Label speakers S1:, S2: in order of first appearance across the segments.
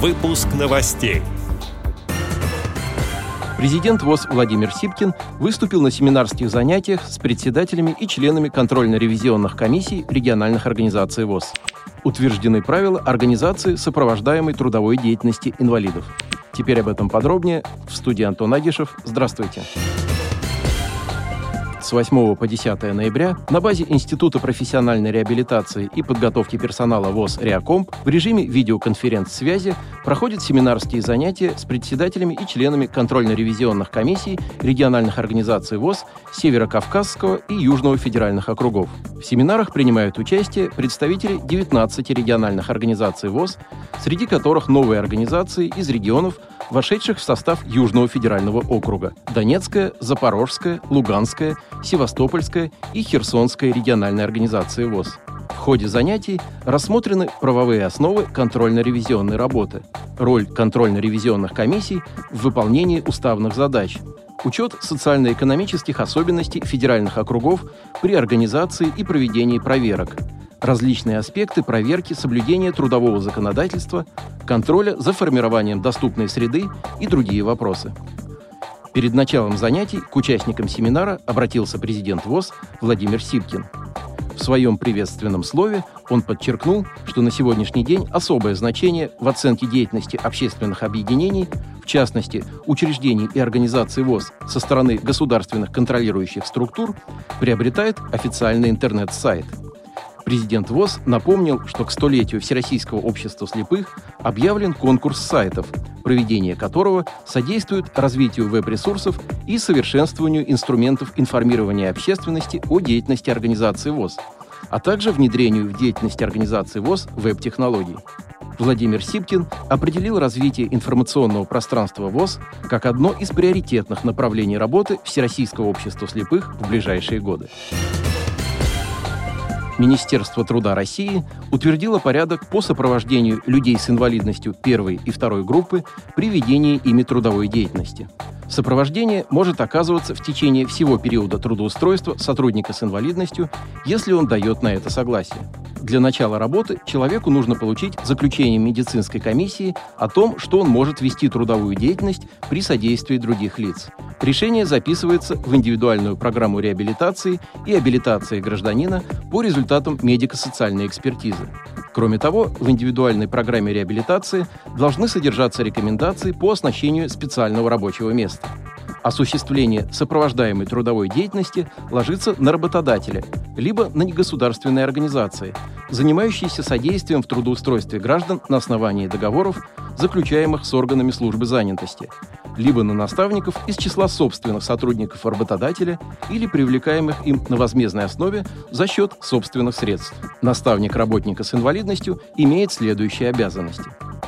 S1: Выпуск новостей.
S2: Президент ВОЗ Владимир Сипкин выступил на семинарских занятиях с председателями и членами контрольно-ревизионных комиссий региональных организаций ВОЗ. Утверждены правила организации сопровождаемой трудовой деятельности инвалидов. Теперь об этом подробнее. В студии Антон Агишев. Здравствуйте. С 8 по 10 ноября на базе Института профессиональной реабилитации и подготовки персонала ВОЗ «Реакомп» в режиме видеоконференц-связи проходят семинарские занятия с председателями и членами контрольно-ревизионных комиссий региональных организаций ВОЗ Северо-Кавказского и Южного федеральных округов. В семинарах принимают участие представители 19 региональных организаций ВОЗ, среди которых новые организации из регионов, вошедших в состав Южного федерального округа – Донецкая, Запорожская, Луганская, Севастопольская и Херсонская региональные организации ВОЗ. В ходе занятий рассмотрены правовые основы контрольно-ревизионной работы, роль контрольно-ревизионных комиссий в выполнении уставных задач, учет социально-экономических особенностей федеральных округов при организации и проведении проверок, различные аспекты проверки соблюдения трудового законодательства, контроля за формированием доступной среды и другие вопросы. Перед началом занятий к участникам семинара обратился президент ВОЗ Владимир Сипкин. В своем приветственном слове он подчеркнул, что на сегодняшний день особое значение в оценке деятельности общественных объединений, в частности, учреждений и организаций ВОЗ со стороны государственных контролирующих структур, приобретает официальный интернет-сайт – Президент ВОЗ напомнил, что к столетию Всероссийского общества слепых объявлен конкурс сайтов, проведение которого содействует развитию веб-ресурсов и совершенствованию инструментов информирования общественности о деятельности организации ВОЗ, а также внедрению в деятельность организации ВОЗ веб-технологий. Владимир Сипкин определил развитие информационного пространства ВОЗ как одно из приоритетных направлений работы Всероссийского общества слепых в ближайшие годы. Министерство труда России утвердило порядок по сопровождению людей с инвалидностью первой и второй группы при ведении ими трудовой деятельности. Сопровождение может оказываться в течение всего периода трудоустройства сотрудника с инвалидностью, если он дает на это согласие. Для начала работы человеку нужно получить заключение медицинской комиссии о том, что он может вести трудовую деятельность при содействии других лиц. Решение записывается в индивидуальную программу реабилитации и абилитации гражданина по результатам медико-социальной экспертизы. Кроме того, в индивидуальной программе реабилитации должны содержаться рекомендации по оснащению специального рабочего места. Осуществление сопровождаемой трудовой деятельности ложится на работодателя, либо на негосударственные организации, занимающиеся содействием в трудоустройстве граждан на основании договоров, заключаемых с органами службы занятости, либо на наставников из числа собственных сотрудников работодателя или привлекаемых им на возмездной основе за счет собственных средств. Наставник работника с инвалидностью имеет следующие обязанности.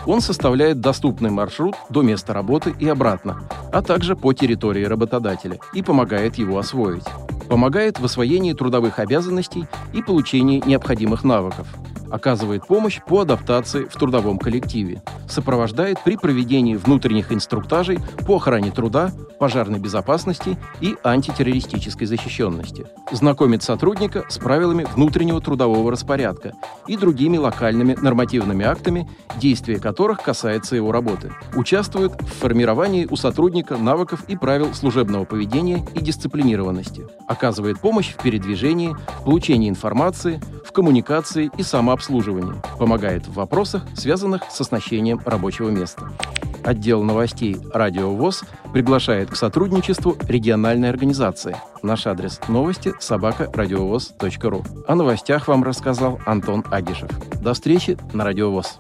S2: Он составляет доступный маршрут до места работы и обратно, а также по территории работодателя и помогает его освоить. Помогает в освоении трудовых обязанностей и получении необходимых навыков оказывает помощь по адаптации в трудовом коллективе, сопровождает при проведении внутренних инструктажей по охране труда, пожарной безопасности и антитеррористической защищенности, знакомит сотрудника с правилами внутреннего трудового распорядка и другими локальными нормативными актами, действие которых касается его работы, участвует в формировании у сотрудника навыков и правил служебного поведения и дисциплинированности, оказывает помощь в передвижении, в получении информации, в коммуникации и самообслуживании самообслуживании, помогает в вопросах, связанных с оснащением рабочего места. Отдел новостей «Радио ВОЗ» приглашает к сотрудничеству региональной организации. Наш адрес новости – собакарадиовоз.ру. О новостях вам рассказал Антон Агишев. До встречи на «Радио ВОЗ».